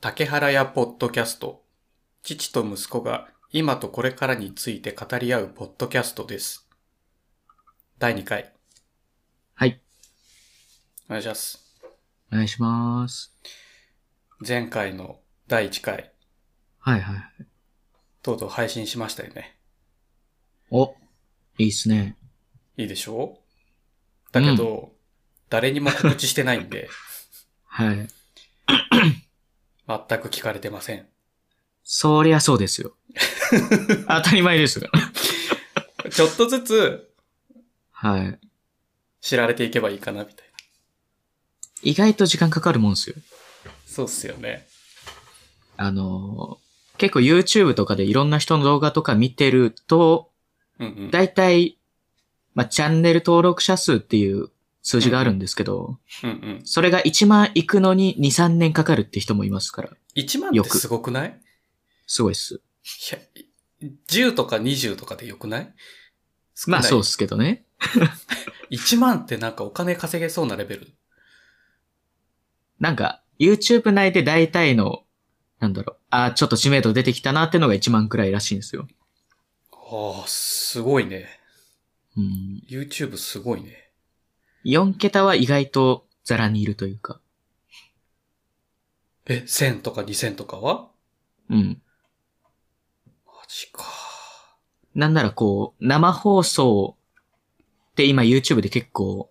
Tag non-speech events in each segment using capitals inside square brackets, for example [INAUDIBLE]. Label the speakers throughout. Speaker 1: 竹原屋ポッドキャスト。父と息子が今とこれからについて語り合うポッドキャストです。第2回。
Speaker 2: はい。
Speaker 1: お願いします。
Speaker 2: お願いします。
Speaker 1: 前回の第1回、
Speaker 2: はいはい。
Speaker 1: とうとう配信しましたよね。
Speaker 2: お、いいっすね。
Speaker 1: いいでしょうだけど、誰にも告知してないん [LAUGHS] で、
Speaker 2: はい。
Speaker 1: 全く聞かれてません。
Speaker 2: そりゃそうですよ。当たり前ですから。
Speaker 1: ちょっとずつ
Speaker 2: はい。
Speaker 1: 知られていけばいいかな、みたい
Speaker 2: 意外と時間かかるもんですよ。
Speaker 1: な。そうっすよね。
Speaker 2: あのー結構 YouTube とかでいろんな人の動画とか見てると、
Speaker 1: うんうん。
Speaker 2: だいたい、まあ、チャンネル登録者数っていう数字があるんですけど、
Speaker 1: うんうん。
Speaker 2: それが1万いくのに2、3年かかるって人もいますから。
Speaker 1: 1万ってすごくない
Speaker 2: すごいっす。
Speaker 1: いや10とか20とかでよくない
Speaker 2: まあそうっ
Speaker 1: す。
Speaker 2: すけどね。
Speaker 1: 1万ってなんかお金稼げそうなレベル。
Speaker 2: なんか、YouTube 内で大体の、なんだろう、あーちょっと知名度出てきたなってのが1万くらいらしいんですよ。
Speaker 1: ああ、すごいね。
Speaker 2: うん。
Speaker 1: YouTube すごいね。
Speaker 2: 4桁は意外とザラにいるというか。
Speaker 1: え、1000とか2000とかは
Speaker 2: うん。
Speaker 1: マジか。
Speaker 2: なんならこう、生放送って今 YouTube で結構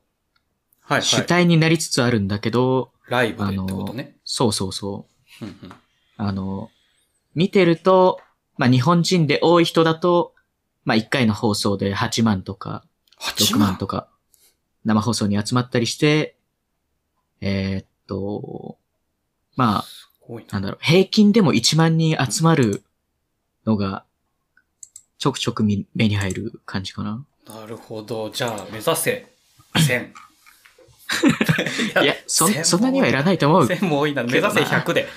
Speaker 1: はいは
Speaker 2: 主
Speaker 1: い。
Speaker 2: 体になりつつあるんだけど、
Speaker 1: ライブでってことね。
Speaker 2: そうそうそう。
Speaker 1: うんうん。
Speaker 2: あの、見てると、まあ日本人で多い人だと、まあ1回の放送で8万とか、
Speaker 1: 8
Speaker 2: 6
Speaker 1: 万
Speaker 2: 万
Speaker 1: と
Speaker 2: と
Speaker 1: か。
Speaker 2: か、生放送に集まったりして、えーっと、まあ、
Speaker 1: すごい
Speaker 2: な
Speaker 1: な。
Speaker 2: んだろう、平均でも1万人集まるのが、ちょくちょくみ目に入る感じかな。
Speaker 1: なるほど。じゃあ、目指せ。1000。
Speaker 2: [LAUGHS] いや、そん、
Speaker 1: 1000
Speaker 2: そんなにはいらないと思う。
Speaker 1: 1000も多いな。目
Speaker 2: けど
Speaker 1: 指
Speaker 2: な
Speaker 1: せ100で。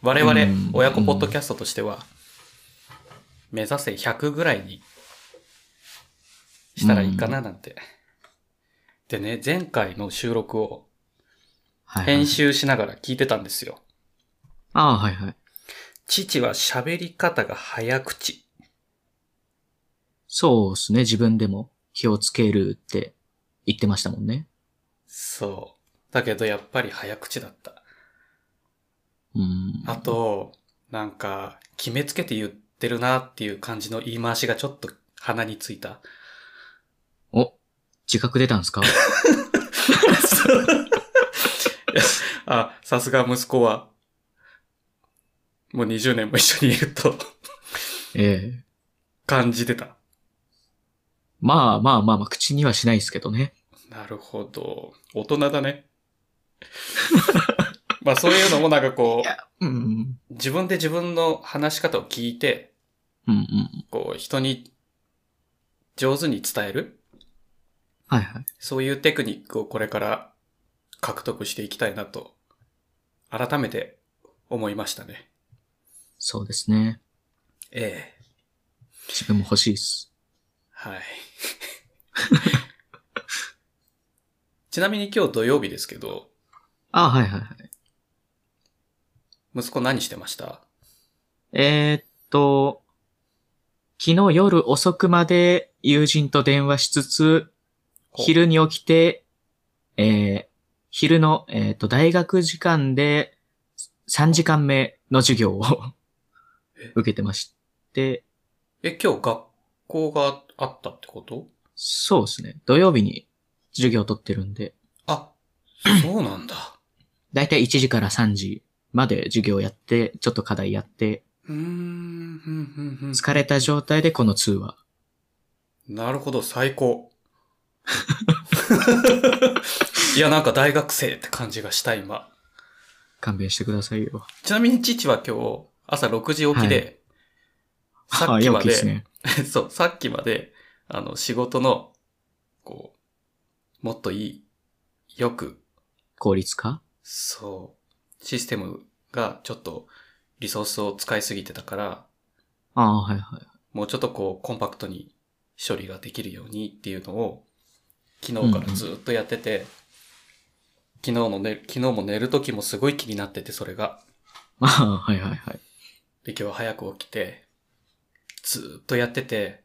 Speaker 1: 我々
Speaker 2: うん、
Speaker 1: 親子ポッドキャストとしては、目指せ100ぐらいにしたらいいかななんて。でね、前回の収録を
Speaker 2: はいはい
Speaker 1: 編集しながら聞いてたんですよ。
Speaker 2: ああ、はいはい。
Speaker 1: 父は喋り方が早口。
Speaker 2: そうですね、自分でも気をつけるって言ってましたもんね。
Speaker 1: そう。だけどやっぱり早口だった。
Speaker 2: うん。
Speaker 1: あと、なんか、決めつけて言ってるなっていう感じの言い回しがちょっと鼻についた。
Speaker 2: お、自覚出たん
Speaker 1: [LAUGHS]
Speaker 2: ですか
Speaker 1: あ、さすが息子は、もう20年も一緒にいると [LAUGHS]
Speaker 2: ええ
Speaker 1: 感じてた。
Speaker 2: まあまあまあまあ、口にはしないですけどね。
Speaker 1: なるほど。大人だね。 [LAUGHS] まあそういうのもなんかこう、
Speaker 2: うん。
Speaker 1: 自分で自分の話し方を聞いて、
Speaker 2: うんうん。
Speaker 1: こう人に上手に伝える、
Speaker 2: はいはい。
Speaker 1: そういうテクニックをこれから獲得していきたいなと、改めて思いましたね。
Speaker 2: そうですね。
Speaker 1: ええ。
Speaker 2: 自分も欲しいです。
Speaker 1: はい。 [LAUGHS] ちなみに今日土曜日ですけど、
Speaker 2: ああ、はいはいはい。
Speaker 1: 息子何してま [LAUGHS] した
Speaker 2: えーっと、昨日夜遅くまで友人と電話しつつ、
Speaker 1: ほう
Speaker 2: 昼に起きて、えー昼の、えーっと、大学時間で3時間目の授業を
Speaker 1: え
Speaker 2: 受けてまして、
Speaker 1: え、今日学校があったってこと
Speaker 2: そうですね。土曜日に授業を取ってるんで、
Speaker 1: あ、そうなんだ。
Speaker 2: だいたい1時から3時まで授業やって、ちょっと課題やって、
Speaker 1: [LAUGHS] うーん、ふんふんふん。
Speaker 2: 疲れた状態でこの通話。
Speaker 1: なるほど、最高。 [LAUGHS] いや、なんか大学生って感じがした、今。
Speaker 2: 勘弁してくださいよ。
Speaker 1: ちなみに父は今日、朝6時起きで、さ
Speaker 2: あ
Speaker 1: っきま
Speaker 2: 陽気
Speaker 1: で、
Speaker 2: すね。
Speaker 1: [LAUGHS] そう、さっきまで、あの、仕事の、こう、もっといい、よく、
Speaker 2: 効率化
Speaker 1: そう、システムがちょっとリソースを使いすぎてたから、
Speaker 2: ああ、はいはい。
Speaker 1: もうちょっとこう、コンパクトに処理ができるようにっていうのを、昨日からずっとやってて、昨日のね、昨日も寝る時もすごい気になってて、それが。
Speaker 2: まあ、はいはいはい。
Speaker 1: で、今日は早く起きて、ずーっとやってて、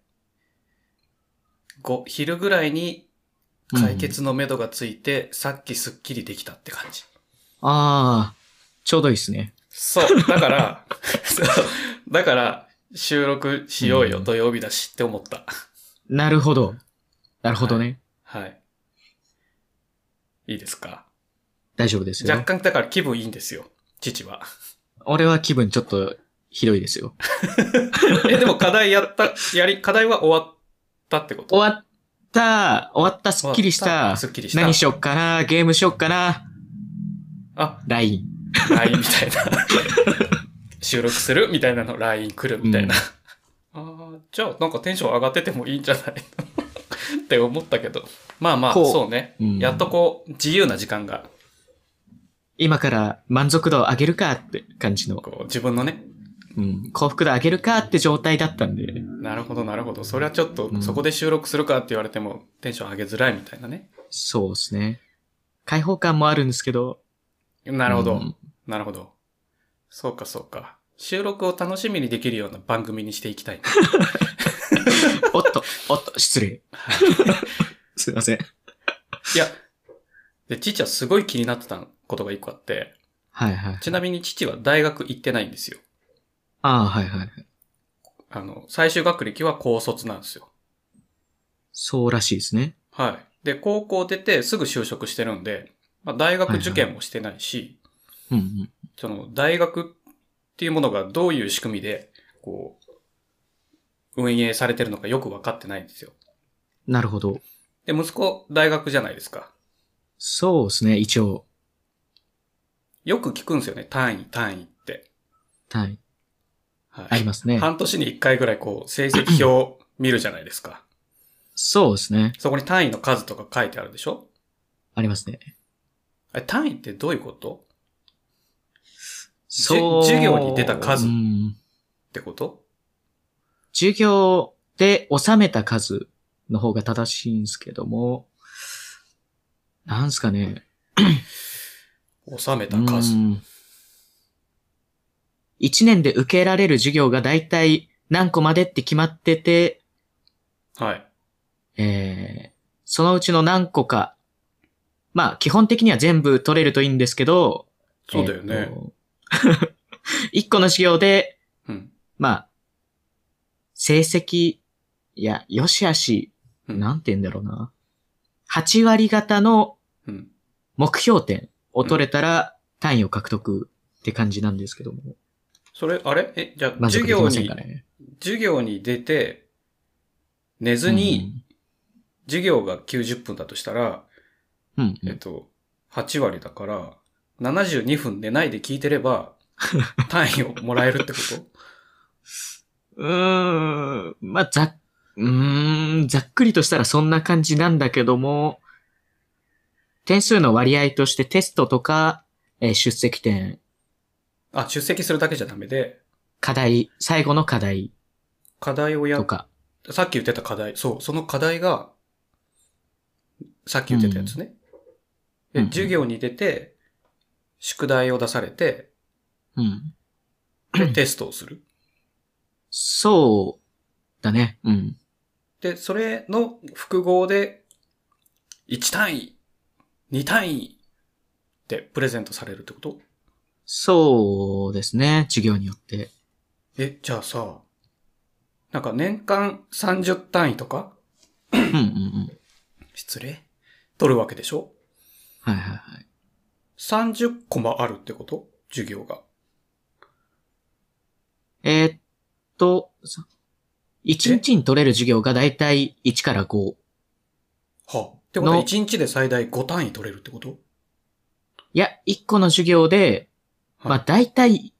Speaker 1: ご、昼ぐらいに解決のめどがついて、さっきスッキリできたって感じ。
Speaker 2: ああ、ちょうどいいですね。
Speaker 1: そう。だから、 [LAUGHS] そう。だから、収録しようよ、
Speaker 2: うん
Speaker 1: 土曜日だしって思った。
Speaker 2: なるほど。なるほどね。
Speaker 1: はい。いいですか
Speaker 2: 大丈夫ですよ
Speaker 1: 若。干、だから気分いいんですよ。父は。 [LAUGHS]
Speaker 2: 俺は気分ちょっとひどいですよ。
Speaker 1: え、でも課題やった、やり、課題は終わったってこと
Speaker 2: 終わった、終わった、すっきりし
Speaker 1: 終わ
Speaker 2: た
Speaker 1: っ。すっきりした。
Speaker 2: 何しよっかな、ゲームしよっかな、
Speaker 1: あ、
Speaker 2: LINE。
Speaker 1: LINE みたいな。収録するみたいなの、LINE 来るみたいな。ああ、じゃあなんかテンション上がっててもいいんじゃない [LAUGHS] って思ったけど。まあまあ、
Speaker 2: こう
Speaker 1: そうね。
Speaker 2: うん
Speaker 1: やっとこう、自由な時間が、
Speaker 2: 今から満足度上げるかって感じの、
Speaker 1: こう、自分のね。
Speaker 2: うん、幸福度上げるかって状態だったんで、
Speaker 1: なるほど、なるほど。それはちょっと
Speaker 2: う、ん
Speaker 1: そこで収録するかって言われても、テンション上げづらいみたいなね。
Speaker 2: そうですね。開放感もあるんですけど。
Speaker 1: なるほど。
Speaker 2: うん
Speaker 1: なるほど。そうか、そうか。収録を楽しみにできるような番組にしていきたいね。
Speaker 2: おっと、おっと、
Speaker 1: [LAUGHS]
Speaker 2: 失礼。すいません。
Speaker 1: いや、で、父はすごい気になってたことが一個あって、
Speaker 2: はいはい。
Speaker 1: ちなみに父は大学行ってないんですよ。
Speaker 2: ああ、はいはい。
Speaker 1: あの、最終学歴は高卒なんですよ。
Speaker 2: そうらしいですね。
Speaker 1: はい。で、高校出てすぐ就職してるんで、まあ、大学受験もしてないし、
Speaker 2: うんうん。
Speaker 1: その、大学っていうものがどういう仕組みで、こう、運営されてるのかよく分かってないんですよ。
Speaker 2: なるほど。
Speaker 1: で、息子、大学じゃないですか。
Speaker 2: そうですね、一応。
Speaker 1: よく聞くんですよね。単位、単位って。
Speaker 2: はい。
Speaker 1: はい。
Speaker 2: ありますね。
Speaker 1: 半年に1回ぐらいこう、成績表を見るじゃないですか。
Speaker 2: そうですね。
Speaker 1: そこに単位の数とか書いてあるでしょ
Speaker 2: ありますね。
Speaker 1: あれ単位ってどういうこと
Speaker 2: そう。
Speaker 1: 授業に出た数
Speaker 2: うん
Speaker 1: ってこと
Speaker 2: 授業で収めた数の方が正しいんですけども、なんすかね。
Speaker 1: 収めた
Speaker 2: う
Speaker 1: 数。
Speaker 2: ん一年で受けられる授業が大体何個までって決まってて、
Speaker 1: はい。
Speaker 2: えー、そのうちの何個か、まあ基本的には全部取れるといいんですけど、
Speaker 1: そうだよね。
Speaker 2: えーと。 [LAUGHS] 一個の授業で、
Speaker 1: うん。
Speaker 2: まあ、成績、いや、よしあし、
Speaker 1: うん
Speaker 2: なんて言うんだろうな。8割型の
Speaker 1: うん。
Speaker 2: 目標点を取れたら単位を獲得って感じなんですけども。
Speaker 1: それ、あれえ、じゃあ、
Speaker 2: 満足
Speaker 1: 授
Speaker 2: でき
Speaker 1: 業
Speaker 2: ません
Speaker 1: に
Speaker 2: か、ね。
Speaker 1: 授業に出て、寝ずに、授業が90分だとしたら、
Speaker 2: うん、うん。う
Speaker 1: えっ
Speaker 2: ん。
Speaker 1: と、8割だから、72分寝ないで聞いてれ
Speaker 2: [LAUGHS]
Speaker 1: ば、単位をもらえるってこと
Speaker 2: うーん。まあ、ざっ、うーん、ざっくりとしたらそんな感じなんだけども、点数の割合としてテストとか、えー出席点、
Speaker 1: あ、出席するだけじゃダメで、
Speaker 2: 課題、最後の課題
Speaker 1: 課題をや
Speaker 2: と
Speaker 1: っ、
Speaker 2: か。
Speaker 1: さっき言ってた課題、そう、その課題が、さっき言ってたやつね。
Speaker 2: うんうん
Speaker 1: で、授業に出て、宿題を出され
Speaker 2: [CLEARS THROAT]
Speaker 1: て、
Speaker 2: うん。
Speaker 1: でテストをする。
Speaker 2: そう、だね。うん。
Speaker 1: で、それの複合で、1単位、2単位ってプレゼントされるってこと
Speaker 2: そうですね。授業によって。
Speaker 1: え、じゃあさ、なんか年間30単位とか
Speaker 2: うんうんうん。
Speaker 1: 失礼取るわけでしょ
Speaker 2: はいはいはい。
Speaker 1: ?30 コマあるってこと授業が。
Speaker 2: えーっと、さ一日に取れる授業がだいたい1から5。
Speaker 1: はあ、ってことは
Speaker 2: の
Speaker 1: 1日で最大5単位取れるってこと
Speaker 2: いや、1個の授業で、
Speaker 1: はい
Speaker 2: まあだいたい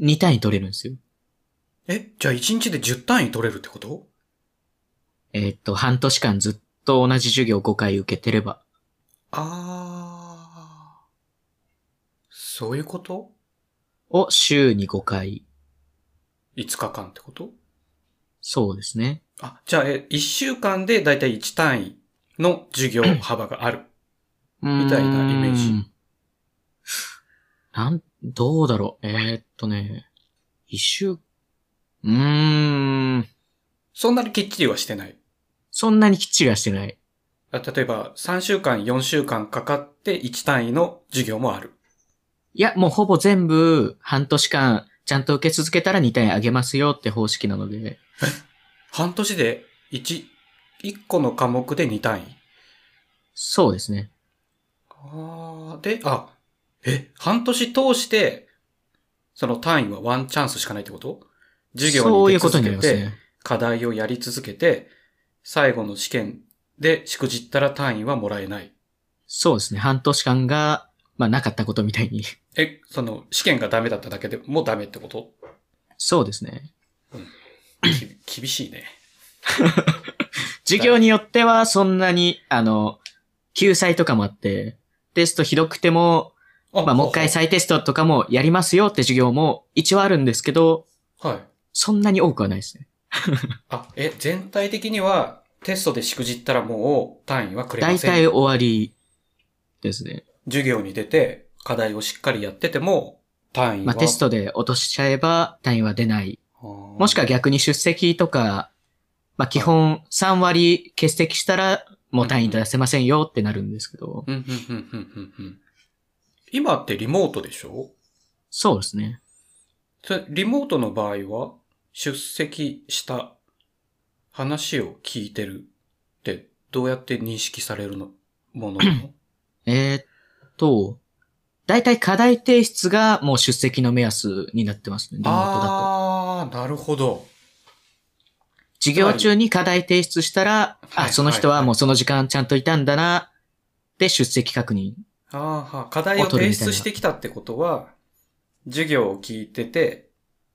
Speaker 2: 2単位取れるんですよ。
Speaker 1: え、じゃあ1日で10単位取れるってこと
Speaker 2: えーっと、半年間ずっと同じ授業5回受けてれば。
Speaker 1: あー。そういうこと
Speaker 2: を週に5回。
Speaker 1: ?5 日間ってこと
Speaker 2: そうですね。
Speaker 1: あ、じゃあ、え、1週間でだいたい1単位の授業幅がある。
Speaker 2: み
Speaker 1: たいなイメージ。
Speaker 2: なん、どうだろう。えー、っとね、一週、うーん、
Speaker 1: そんなにきっちりはしてない。
Speaker 2: そんなにきっちりはしてない。
Speaker 1: あ例えば、3週間、4週間かかって1単位の授業もある。
Speaker 2: いや、もうほぼ全部、半年間、ちゃんと受け続けたら2単位あげますよって方式なので、
Speaker 1: 半年で1、1個の科目で2単位。
Speaker 2: そうですね。
Speaker 1: あーで、あ、え、半年通して、その単位はワンチャンスしかないってこと授業
Speaker 2: そう
Speaker 1: に
Speaker 2: いう
Speaker 1: 出
Speaker 2: こと
Speaker 1: 続
Speaker 2: にな
Speaker 1: け
Speaker 2: ります
Speaker 1: て、
Speaker 2: ね。
Speaker 1: 課題をやり続けて、最後の試験でしくじったら単位はもらえない。
Speaker 2: そうですね。半年間が、まあなかったことみたいに。 [LAUGHS]
Speaker 1: え、その、試験がダメだっただけでもうダメってこと [COUGHS]
Speaker 2: そうですね。
Speaker 1: き厳しいね。
Speaker 2: 授業によってはそんなに、あの、救済とかもあって、テストひどくても、
Speaker 1: あ
Speaker 2: まあもう一回再テストとかもやりますよって授業も一応あるんですけど、
Speaker 1: はい。
Speaker 2: そんなに多くはないですね。
Speaker 1: あ、え、全体的には、テストでしくじったらもう単位はくれま
Speaker 2: 大
Speaker 1: せん。
Speaker 2: 体終わりですね。
Speaker 1: 授業に出て、課題をしっかりやってても、単位
Speaker 2: ま
Speaker 1: は。
Speaker 2: あテストで落としちゃえば単位は出ない。も
Speaker 1: も
Speaker 2: しくは逆に出席とか、まあ基本3割欠席したらもう単位出せませんよってなるんですけど。
Speaker 1: うん、うん、うん、うん、うんうん。今ってリモートでしょ
Speaker 2: そうですね。
Speaker 1: それリモートの場合は、出席した話を聞いてるって、どうやって認識されるのものなの
Speaker 2: えーっと、大体課題提出がもう出席の目安になってますね、リモートだと。
Speaker 1: あー、なるほど。
Speaker 2: 授業中に課題提出したら、
Speaker 1: はい
Speaker 2: あ、その人
Speaker 1: はい
Speaker 2: は
Speaker 1: はい
Speaker 2: もうその時間ちゃんといたんだな、で出席確認。
Speaker 1: ああはあ、課題を提出してきたってことは、授業を聞いてて、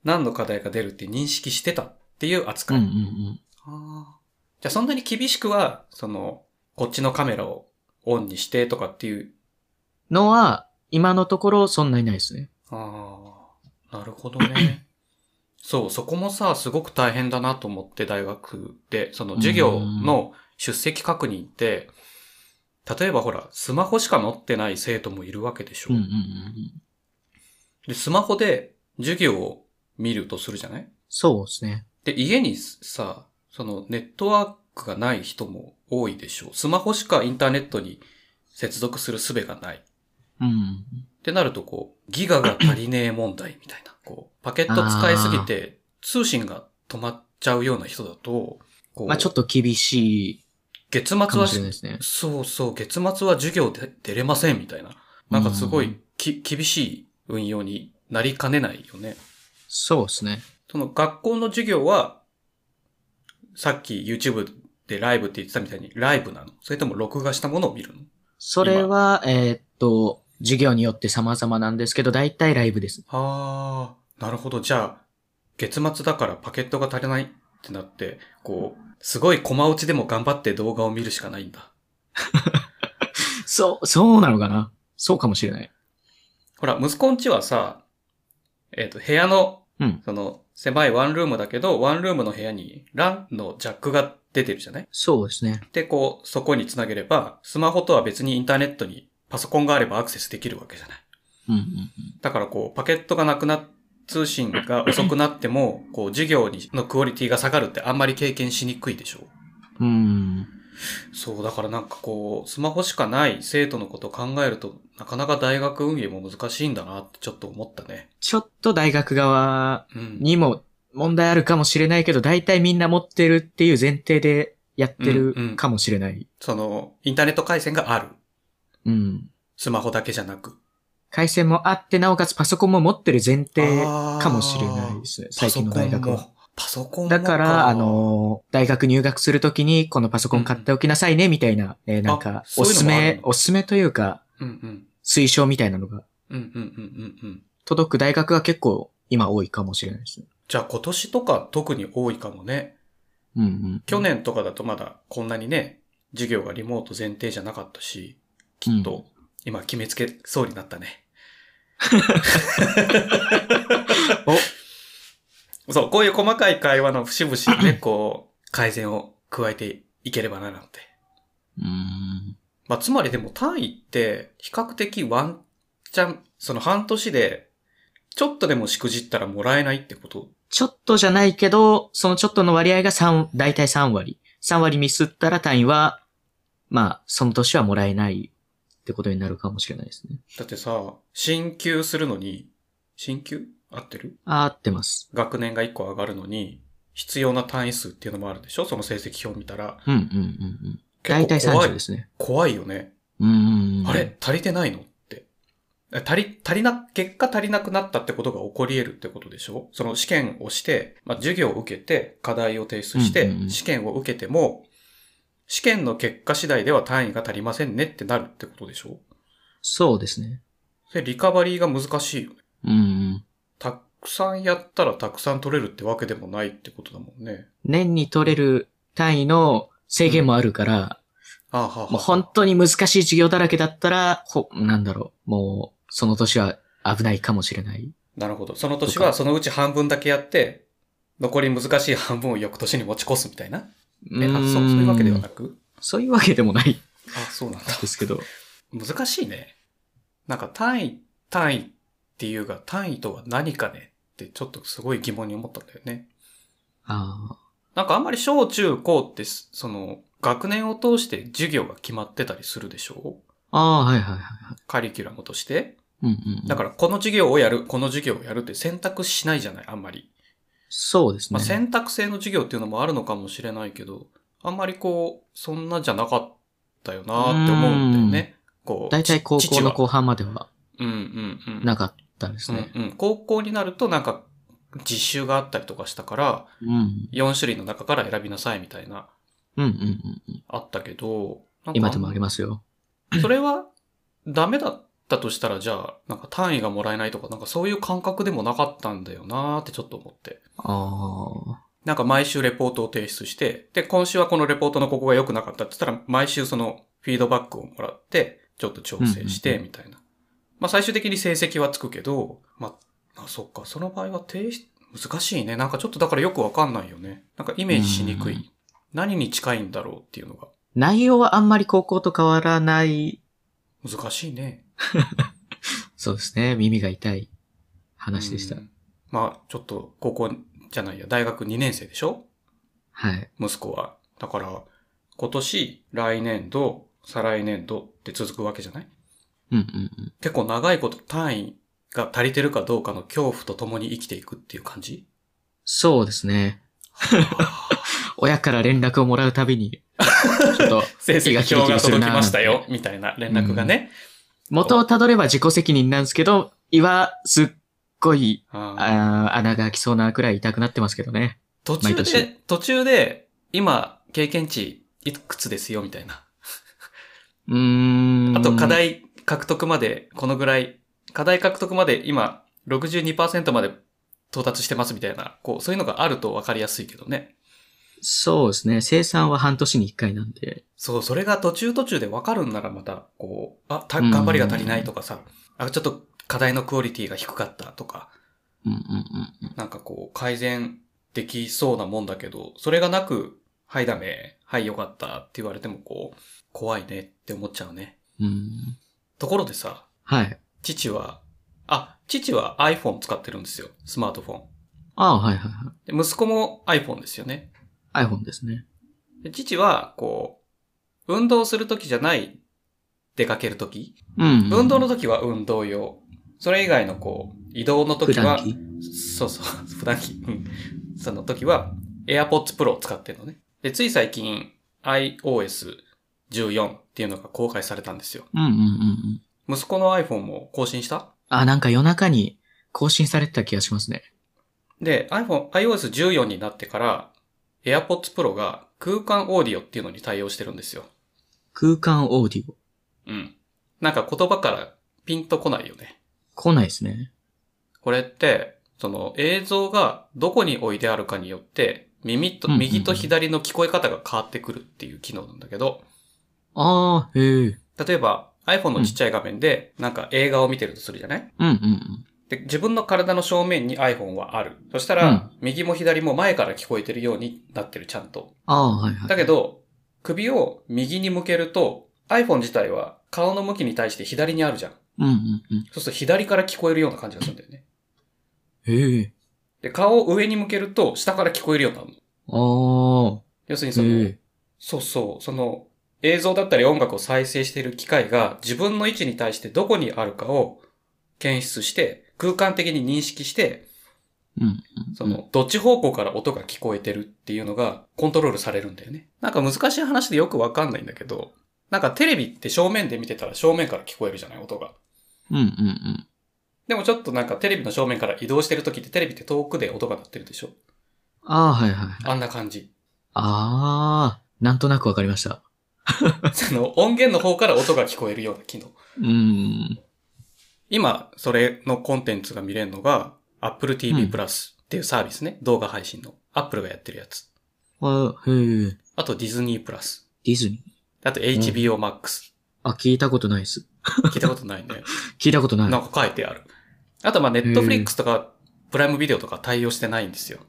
Speaker 1: 何の課題が出るって認識してたっていう
Speaker 2: う
Speaker 1: 扱
Speaker 2: ん
Speaker 1: い。
Speaker 2: うんう
Speaker 1: あ
Speaker 2: ん。
Speaker 1: あじゃあそんなに厳しくは、その、こっちのカメラをオンにしてとかっていう。
Speaker 2: のは、今のところそんなにないですね。
Speaker 1: ああ、なるほどね。
Speaker 2: [COUGHS]
Speaker 1: そう、そこもさ、すごく大変だなと思って大学で、その授業の出席確認って、例えばほら、スマホしか持ってない生徒もいるわけでしょ。
Speaker 2: うんうんうんうん。
Speaker 1: で、スマホで授業を見るとするじゃない
Speaker 2: そうですね。
Speaker 1: で、家にさ、そのネットワークがない人も多いでしょう。スマホしかインターネットに接続する術がない。っ
Speaker 2: うん。
Speaker 1: てなると、こう、ギガが足りねえ問題みたいな。こう、パケット使いすぎて通信が止まっちゃうような人だと、こう、
Speaker 2: まあちょっと厳しい
Speaker 1: 月
Speaker 2: か
Speaker 1: 末
Speaker 2: も
Speaker 1: は
Speaker 2: しれないですね。
Speaker 1: そうそう、月末は授業で出れませんみたいな。なんかすごいき、厳しい運用になりかねないよね。
Speaker 2: そうですね。
Speaker 1: その学校の授業は、さっき YouTube でライブって言ってたみたいにライブなのそれとも録画したものを見るの
Speaker 2: それは、えーっと、授業によって様々なんですけど、大体ライブです。
Speaker 1: ああ、なるほど。じゃあ、月末だからパケットが足りないってなって、こう、すごい駒落ちでも頑張って動画を見るしかないんだ。
Speaker 2: そう、そうなのかなそうかもしれない。
Speaker 1: ほら、息子んちはさ、えっ、と、部屋の、
Speaker 2: うん
Speaker 1: その、狭いワンルームだけど、ワンルームの部屋に LAN のジャックが出てるじゃない
Speaker 2: そうですね。
Speaker 1: で、こう、そこにつなげれば、スマホとは別にインターネットにパソコンがあればアクセスできるわけじゃない。
Speaker 2: うんうんうん。
Speaker 1: だからこう、パケットがなくな、通信が遅くなっても、こう、授業にのクオリティが下がるってあんまり経験しにくいでしょ
Speaker 2: うん。
Speaker 1: そう、だからなんかこう、スマホしかない生徒のことを考えると、なかなか大学運営も難しいんだなってちょっと思ったね。
Speaker 2: ちょっと大学側
Speaker 1: うん。
Speaker 2: にも問題あるかもしれないけど、大体みんな持ってるっていう前提でやって
Speaker 1: うんうん
Speaker 2: るかもしれない。
Speaker 1: その、インターネット回線がある。
Speaker 2: うん、
Speaker 1: スマホだけじゃなく。
Speaker 2: 回線もあって、なおかつパソコンも持ってる前提かもしれないですね。
Speaker 1: パ
Speaker 2: 最
Speaker 1: ソ
Speaker 2: 近の
Speaker 1: コン
Speaker 2: 大学は。
Speaker 1: も。パソコンも
Speaker 2: だから、あ、の、大学入学するときに、このパソコン買っておきなさいね、みたいな、えーなん
Speaker 1: あ
Speaker 2: か、
Speaker 1: そう
Speaker 2: お
Speaker 1: いうの
Speaker 2: すす
Speaker 1: もある
Speaker 2: め
Speaker 1: の、
Speaker 2: おすすめというか、
Speaker 1: うんうん。
Speaker 2: 推奨みたいなのが、
Speaker 1: うんうんうんうんうん。
Speaker 2: 届く大学が結構、今多いかもしれないですね。
Speaker 1: じゃあ今年とか特に多いかもね。
Speaker 2: うんうん。
Speaker 1: 去年とかだとまだこんなにね、授業がリモート前提じゃなかったし、きっ
Speaker 2: う
Speaker 1: と今決めつけそうになったね。そう、こういう細かい会話の節々にね、こう、改善を加えていければななんて。
Speaker 2: うん。
Speaker 1: まあ、つまりでも単位って比較的ワンチャン、その半年でちょっとでもしくじったらもらえないってこと
Speaker 2: ちょっとじゃないけど、そのちょっとの割合が3、だいたい3割。3割ミスったら単位は、まあ、その年はもらえないってことになるかもしれないですね。
Speaker 1: だってさ、進級するのに、進級合ってる
Speaker 2: あ合ってます。
Speaker 1: 学年が1個上がるのに、必要な単位数っていうのもあるでしょその成績表見たら。
Speaker 2: うんうんうんうん。だ
Speaker 1: 結
Speaker 2: いたい
Speaker 1: 構怖
Speaker 2: 30
Speaker 1: い
Speaker 2: で。すね。
Speaker 1: 怖いよね。
Speaker 2: うんうんうん。
Speaker 1: あれ足りてないのって。え足り、足りな、結果足りなくなったってことが起こり得るってことでしょその試験をして、まあ、授業を受けて、課題を提出して、
Speaker 2: うんうんうん
Speaker 1: 試験を受けても、試験の結果次第では単位が足りませんねってなるってことでしょ
Speaker 2: そうですね。
Speaker 1: それリカバリーが難しいよね。
Speaker 2: うんうん。
Speaker 1: たくさんやったらたくさん取れるってわけでもないってことだもんね。
Speaker 2: 年に取れる単位の制限もあるから、
Speaker 1: ああはあはあ
Speaker 2: もう本当に難しい授業だらけだったら、ほ、なんだろう、もう、その年は危ないかもしれない。
Speaker 1: なるほど。その年
Speaker 2: と
Speaker 1: は
Speaker 2: か
Speaker 1: そのうち半分だけやって、残り難しい半分を翌年に持ち越すみたいな。え、あそう、そういうわけではな
Speaker 2: く。
Speaker 1: く
Speaker 2: そういうわけでもないん
Speaker 1: あ、そうなんだ。
Speaker 2: ですけど。
Speaker 1: 難しいね。なんか単位、単位っていうが単位とは何かねってちょっとすごい疑問に思ったんだよね。
Speaker 2: ああ。
Speaker 1: なんかあんまり小中高ってす、その、学年を通して授業が決まってたりするでしょ
Speaker 2: ああ、はいはいはい。
Speaker 1: カリキュラムとして。
Speaker 2: うんうんうん。
Speaker 1: だから、この授業をやる、この授業をやるって選択しないじゃない、あんまり。
Speaker 2: そうです
Speaker 1: ま
Speaker 2: ね。
Speaker 1: あ、選択制の授業っていうのもあるのかもしれないけど、あんまりこう、そんなじゃなかったよなって思うんだよね。こう。
Speaker 2: 大体高校の後
Speaker 1: 父は
Speaker 2: 半までは
Speaker 1: うんうんうん。
Speaker 2: なかったですね。
Speaker 1: うんうん。高校になるとなんか、実習があったりとかしたから、
Speaker 2: うん。
Speaker 1: 4種類の中から選びなさいみたいな、
Speaker 2: うんうんうん。
Speaker 1: あったけど、なんか
Speaker 2: 今でもありますよ。
Speaker 1: それは、ダメだったとしたら、じゃあ、なんか単位がもらえないとか、なんかそういう感覚でもなかったんだよなーってちょっと思って。
Speaker 2: ああ。
Speaker 1: なんか毎週レポートを提出して、で、今週はこのレポートのここが良くなかったって言ったら、毎週そのフィードバックをもらって、ちょっと調整し
Speaker 2: うん
Speaker 1: て、
Speaker 2: うん
Speaker 1: みたいな。まあ最終的に成績はつくけど、まあ、あそっか、その場合は提出、難しいね。なんかちょっとだからよくわかんないよね。なんかイメージしにく
Speaker 2: う
Speaker 1: い。何に近いんだろうっていうのが
Speaker 2: 内容はあんまり高校と変わらない、
Speaker 1: 難しいね。
Speaker 2: そうですね。耳が痛い話でした
Speaker 1: う。んまあ、ちょっと高校じゃないや、大学2年生でしょ
Speaker 2: はい。
Speaker 1: 息子は。だから、今年、来年度、再来年度って続くわけじゃない
Speaker 2: うんうんうん。
Speaker 1: 結構長いこと単位が足りてるかどうかの恐怖と共に生きていくっていう感 [LAUGHS] じ
Speaker 2: そうですね。親から連絡をもらうた
Speaker 1: [LAUGHS]
Speaker 2: びに、ちょっと、
Speaker 1: 成績表が届きました
Speaker 2: 気が
Speaker 1: よ、みたいな連絡がね。
Speaker 2: 元をたどれば自己責任なんですけど、胃はすっごい、
Speaker 1: あー
Speaker 2: あー穴が開きそうなくらい痛くなってますけどね。
Speaker 1: 途中
Speaker 2: 毎
Speaker 1: で
Speaker 2: 年、
Speaker 1: 途中で、今、経験値いくつですよ、みたいな。
Speaker 2: うーん。
Speaker 1: あと、課。題獲得まで、このぐらい、課題獲得まで今、62%まで到達してます、みたいな。こう、そういうのがあると分かりやすいけどね。
Speaker 2: そうですね。生産は半年に1回なんで。
Speaker 1: そう、それが途中途中で分かるんならまた、こう、あ、た頑張りが足りないとかさ、あ、ちょっと課題のクオリティが低かったとか、
Speaker 2: うんうんうんうん。
Speaker 1: なんかこう、改善できそうなもんだけど、それがなく、はいダメ、はいよかったって言われてもこう、怖いねって思っちゃうね。
Speaker 2: うん。
Speaker 1: ところでさ、
Speaker 2: はい。
Speaker 1: 父は、あ、父は iPhone 使ってるんですよ。スマートフォン。
Speaker 2: ああ、はいはいは
Speaker 1: で息子も iPhone ですよね。
Speaker 2: い。iPhone ですね。
Speaker 1: で父は、こう、運動するときじゃない、出かけるとき。
Speaker 2: うん、うん。
Speaker 1: 運動のときは運動用。それ以外の、こう、移動のと
Speaker 2: 普
Speaker 1: きは
Speaker 2: 段、着
Speaker 1: そうそう、普段着。うんそのときは、AirPods Pro を使ってるのね。で、つい最近、iOS14 っていうのが公開されたんですよ。
Speaker 2: うんうんうんうん。
Speaker 1: 息子の iPhone も更新した
Speaker 2: あ、なんか夜中に更新されてた気がしますね。
Speaker 1: で、iPhone、iOS14 になってから、AirPods Pro が空間オーディオっていうのに対応してるんですよ。
Speaker 2: 空間オーディオ。
Speaker 1: うん。なんか言葉からピンとこないよね。
Speaker 2: 来ないですね。
Speaker 1: これって、その映像がどこに置いてあるかによって、耳と、
Speaker 2: うんうんうん
Speaker 1: 右と左の聞こえ方が変わってくるっていう機能なんだけど、
Speaker 2: ああ、へえ。
Speaker 1: 例えば iPhone のちっちゃい画面でなんか映画を見てるとするじゃない
Speaker 2: うんうんうん。
Speaker 1: で、自分の体の正面に iPhone はある。そした
Speaker 2: う
Speaker 1: ら
Speaker 2: ん、
Speaker 1: 右も左も前から聞こえてるようになってる、ちゃんと。
Speaker 2: ああ、はいはい。
Speaker 1: だけど、首を右に向けると、iPhone 自体は顔の向きに対して左にあるじゃん。
Speaker 2: うんうんうん。
Speaker 1: そうすると左から聞こえるような感じがするんだよね。
Speaker 2: へえ。
Speaker 1: で、顔を上に向けると、下から聞こえるようになるの。
Speaker 2: ああ。
Speaker 1: 要するにその、
Speaker 2: へえ。
Speaker 1: そうそう、その、映像だったり音楽を再生している機械が自分の位置に対してどこにあるかを検出して、空間的に認識して、
Speaker 2: うん。
Speaker 1: その、どっち方向から音が聞こえてるっていうのがコントロールされるんだよね。なんか難しい話でよくわかんないんだけど、なんかテレビって正面で見てたら正面から聞こえるじゃない、音が。
Speaker 2: うんうんうん。
Speaker 1: でもちょっとなんかテレビの正面から移動してる時ってテレビって遠くで音が鳴ってるでしょ
Speaker 2: ああ、はいはい。
Speaker 1: あんな感じ。
Speaker 2: ああ、なんとなくわかりました。
Speaker 1: その音源の方から音が聞こえるような機能。
Speaker 2: うーん。
Speaker 1: 今、それのコンテンツが見れるのが、Apple
Speaker 2: う
Speaker 1: TV
Speaker 2: ん
Speaker 1: プラスっていうサービスね。動画配信の。Apple がやってるやつ。
Speaker 2: あへえ。
Speaker 1: あとディズニープラス。
Speaker 2: ディズニー。
Speaker 1: あと HBO Max。
Speaker 2: あ、聞いたことないです。
Speaker 1: 聞いたことない
Speaker 2: [LAUGHS]
Speaker 1: ね。
Speaker 2: 聞いたことない。
Speaker 1: な
Speaker 2: あ
Speaker 1: んか書いてある。あと、まあ、Netflix とか、プライムビデオとか対応してないんですよ。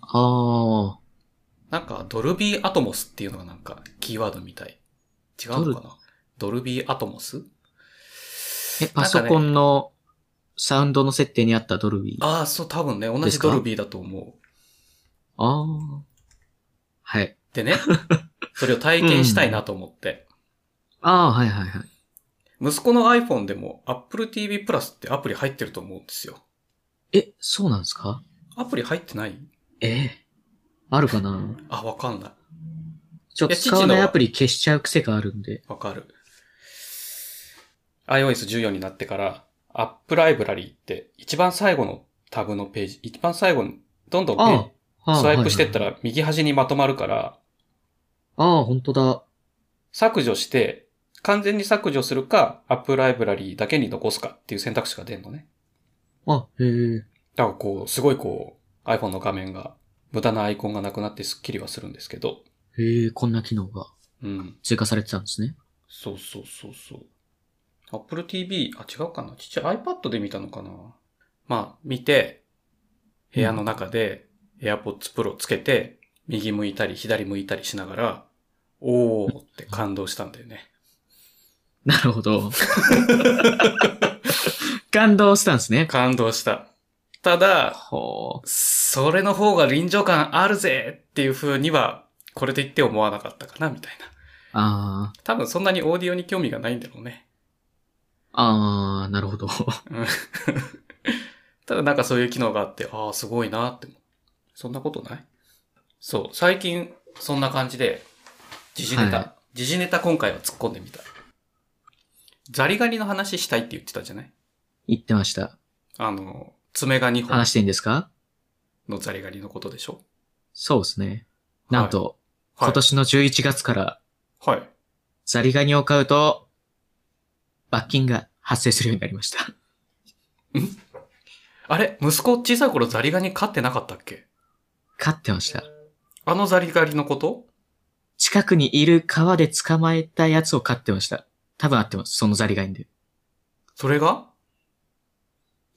Speaker 2: あ
Speaker 1: なんか、ドルビーアトモスっていうのがなんか、キーワードみたい。違うのかなドルビーアトモス
Speaker 2: ー。え、パソコンのサウンドの設定にあったドルビー。あ
Speaker 1: ああ、そう、多分ね、同
Speaker 2: で
Speaker 1: じ
Speaker 2: すか
Speaker 1: ドルビーだと思う。
Speaker 2: あー。はい。
Speaker 1: で
Speaker 2: [LAUGHS]
Speaker 1: ね、それを体験したいなと思って。
Speaker 2: ああ、はいはいはい。
Speaker 1: 息子の iPhone でも Apple TV プラスってアプリ入ってると思うんですよ。
Speaker 2: え、そうなんですか
Speaker 1: アプリ入ってない
Speaker 2: ええあるかな
Speaker 1: あ、わかんない。
Speaker 2: ちょっ
Speaker 1: い
Speaker 2: と
Speaker 1: や父
Speaker 2: 使
Speaker 1: のは
Speaker 2: わないアプリ消しちゃう癖があるんで。
Speaker 1: わかる。iOS14 になってから、App ライブラリーって一番最後のタブのページ、一番最後にどんどんページ
Speaker 2: ああ
Speaker 1: スワイプしてった。
Speaker 2: はいはい
Speaker 1: ら右端にまとまるから、
Speaker 2: ああ、本当だ。
Speaker 1: 削除して、完全に削除するか、App ライブラリーだけに残すかっていう選択肢が出るのね。
Speaker 2: あ、へえ。
Speaker 1: だからこう、すごいこう、iPhone の画面が無駄なアイコンがなくなってスッキリはするんですけど、
Speaker 2: へえ、こんな機能が
Speaker 1: うん。
Speaker 2: 追加されてたんですね。
Speaker 1: そうそうそうそう。Apple TV、あ、違うかな父 iPad で見たのかなまあ、見て、部屋の中で AirPods Pro つけて、右向いたり左向いたりしながら、おーって感動したんだよね。
Speaker 2: なる
Speaker 1: [LAUGHS]
Speaker 2: ほど。感動したんですね。
Speaker 1: 感動した。ただ、
Speaker 2: ほ
Speaker 1: それの方が臨場感あるぜっていう風には、これと言って思わなかったかな、みたいな。
Speaker 2: う。あー
Speaker 1: 多分そんなにオーディオに興味がないんだろうね。
Speaker 2: あー、なるほど。
Speaker 1: ただなんかそういう機能があって、ああ、すごいなって思う。そんなことないそう、最近そんな感じで、時事ネ
Speaker 2: はい
Speaker 1: タ、時事ネタ今回は突っ込んでみた。ザリガニの話したいって言ってたじゃない
Speaker 2: 言ってました。
Speaker 1: あの、爪が2本
Speaker 2: 話していいんですか
Speaker 1: のザリガニのことでしょ
Speaker 2: そうですね。なんと、
Speaker 1: はい
Speaker 2: 今。年の11月から
Speaker 1: はい。
Speaker 2: ザリガニを買うと、罰金が発生するようになりました。
Speaker 1: あれ息子小さい頃ザリガニ飼ってなかったっけ
Speaker 2: 飼ってました。
Speaker 1: あのザリガニのこと
Speaker 2: 近くにいる川で捕まえたやつを飼ってました。多分合ってます。そのザリガニで。
Speaker 1: それが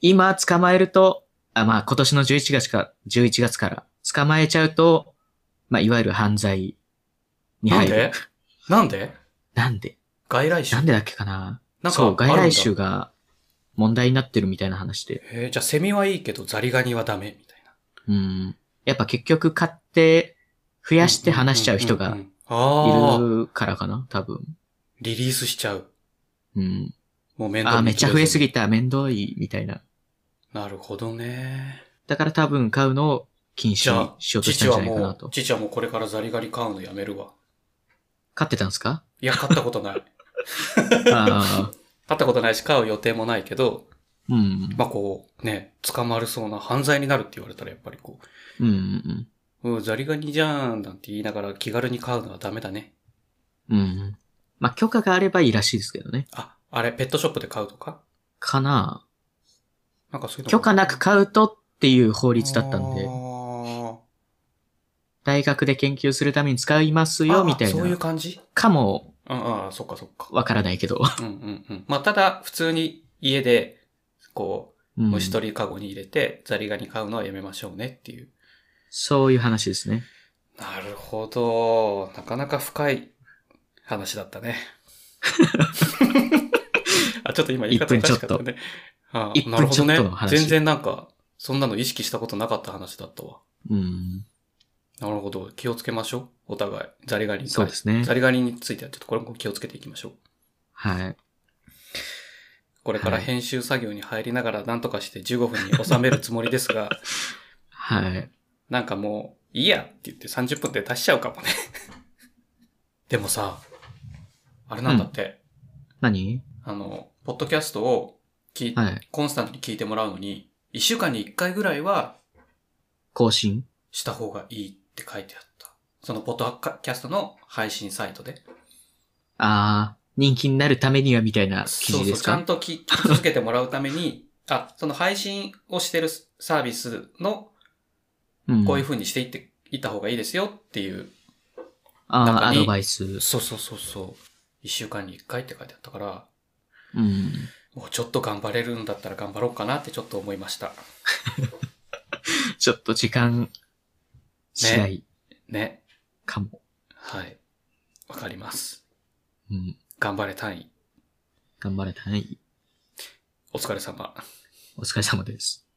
Speaker 2: 今捕まえると、あ、まあ今年の11月か、11月から捕まえちゃうと、まあいわゆる犯罪に
Speaker 1: なん
Speaker 2: 入る。
Speaker 1: でなんで
Speaker 2: なんで
Speaker 1: 外来種
Speaker 2: なんでだっけかな
Speaker 1: なんかあ
Speaker 2: そ
Speaker 1: る
Speaker 2: う、
Speaker 1: んだ
Speaker 2: 外来種が問題になってるみたいな話で。
Speaker 1: えーじゃあセミはいいけどザリガニはダメみたいな。
Speaker 2: うん。やっぱ結局買って、増やして話しちゃう人
Speaker 1: んん
Speaker 2: が
Speaker 1: んん。ああ
Speaker 2: い。るからかな多分。
Speaker 1: リリースしちゃう。
Speaker 2: うん。
Speaker 1: もう面倒
Speaker 2: あ、めっちゃ増えす
Speaker 1: ぎ。
Speaker 2: ぎた。めんどい。みたいな。
Speaker 1: なるほどね。
Speaker 2: だから多分買うのを禁
Speaker 1: じ
Speaker 2: 止
Speaker 1: ゃ
Speaker 2: に
Speaker 1: あ、
Speaker 2: しようとした
Speaker 1: 父
Speaker 2: んじ
Speaker 1: は
Speaker 2: ゃないか
Speaker 1: も
Speaker 2: な
Speaker 1: う
Speaker 2: と、。
Speaker 1: 父はもうこれからザリガニ買うのやめるわ。
Speaker 2: 買ってたんですか
Speaker 1: いや、買ったことない。 [LAUGHS]
Speaker 2: ああ。
Speaker 1: 買ったことないし、買う予定もないけど、
Speaker 2: うん。
Speaker 1: まあこう、ね、捕まるそうな犯罪になるって言われたらやっぱりこ
Speaker 2: うんうん
Speaker 1: う、うん、ザリガニじゃんなんて言いながら気軽に買うのはダメだね。
Speaker 2: うん。うん。まあ、許可があればいいらしいですけどね。
Speaker 1: あ、あれ、ペットショップで買うとか
Speaker 2: かな
Speaker 1: なんかそういうの
Speaker 2: 許可なく買うとっていう法
Speaker 1: 法
Speaker 2: 律だったん
Speaker 1: あ、
Speaker 2: で
Speaker 1: ー
Speaker 2: 大学で研究するために使いますよ、
Speaker 1: あ
Speaker 2: みたい
Speaker 1: そういう
Speaker 2: な。
Speaker 1: 感じ
Speaker 2: かも、
Speaker 1: うん、ああ、そっかそっか。
Speaker 2: わからないけど。
Speaker 1: うんうんうん。まあただ、普通に家で、こう、
Speaker 2: うん
Speaker 1: 虫取りカゴに入れて、ザリガニ買うのはやめましょうねっていう。
Speaker 2: そういう話ですね。
Speaker 1: なるほど。なかなか深い話だ
Speaker 2: [LAUGHS]
Speaker 1: ったね。あ、ちょっと今言い方おかしかったね。あ
Speaker 2: 1
Speaker 1: なる
Speaker 2: 分
Speaker 1: ほ
Speaker 2: ちょ
Speaker 1: ど
Speaker 2: っと
Speaker 1: ね
Speaker 2: の。話
Speaker 1: 全然なんか、そんなの意識したことなかった話だったわ。
Speaker 2: うん。
Speaker 1: なるほど。気をつけましょう。お互い。ザリガニに
Speaker 2: そう
Speaker 1: 関
Speaker 2: で
Speaker 1: し
Speaker 2: すね
Speaker 1: ザ。リガニについてはちょっとこれも気をつけていきましょう。
Speaker 2: はい。
Speaker 1: これから
Speaker 2: はい
Speaker 1: 編集作業に入りながら何とかして15分に収めるつもりです
Speaker 2: [LAUGHS]
Speaker 1: が、
Speaker 2: はい。
Speaker 1: なんかもう、いいやって言って30分で出しちゃうかもね。
Speaker 2: [LAUGHS]
Speaker 1: でもさ、あれなんだって、
Speaker 2: 何
Speaker 1: あの、ポッドキャストを聞い、
Speaker 2: はい。
Speaker 1: コンスタントに聞いてもらうのに、1週間に1回ぐらいは
Speaker 2: 更新
Speaker 1: した方がいいって書いてあった。そのポッドキャストの配信サイトで。
Speaker 2: ああ、人気になるためにはみたいな記
Speaker 1: そうそ
Speaker 2: 事で
Speaker 1: う、
Speaker 2: す
Speaker 1: ちゃん
Speaker 2: か
Speaker 1: と聞き続けてもらうために、あ、その配信をしてるサービスの
Speaker 2: うん
Speaker 1: こういう風にしていって、いった方がいいですよっていう。
Speaker 2: あ
Speaker 1: 中
Speaker 2: あ、ア
Speaker 1: に
Speaker 2: ドバイス。
Speaker 1: そうそうそうそう。一週間に一回って書いてあったから、
Speaker 2: うん。
Speaker 1: もうちょっと頑張れるんだったら頑張ろうかなってちょっと思いました。
Speaker 2: ちょっと時間次第
Speaker 1: ね。
Speaker 2: かも。
Speaker 1: はい。わかります。
Speaker 2: うん。
Speaker 1: 頑張れ単位。
Speaker 2: 頑張れたい。
Speaker 1: お疲れ様。
Speaker 2: お疲れ様です。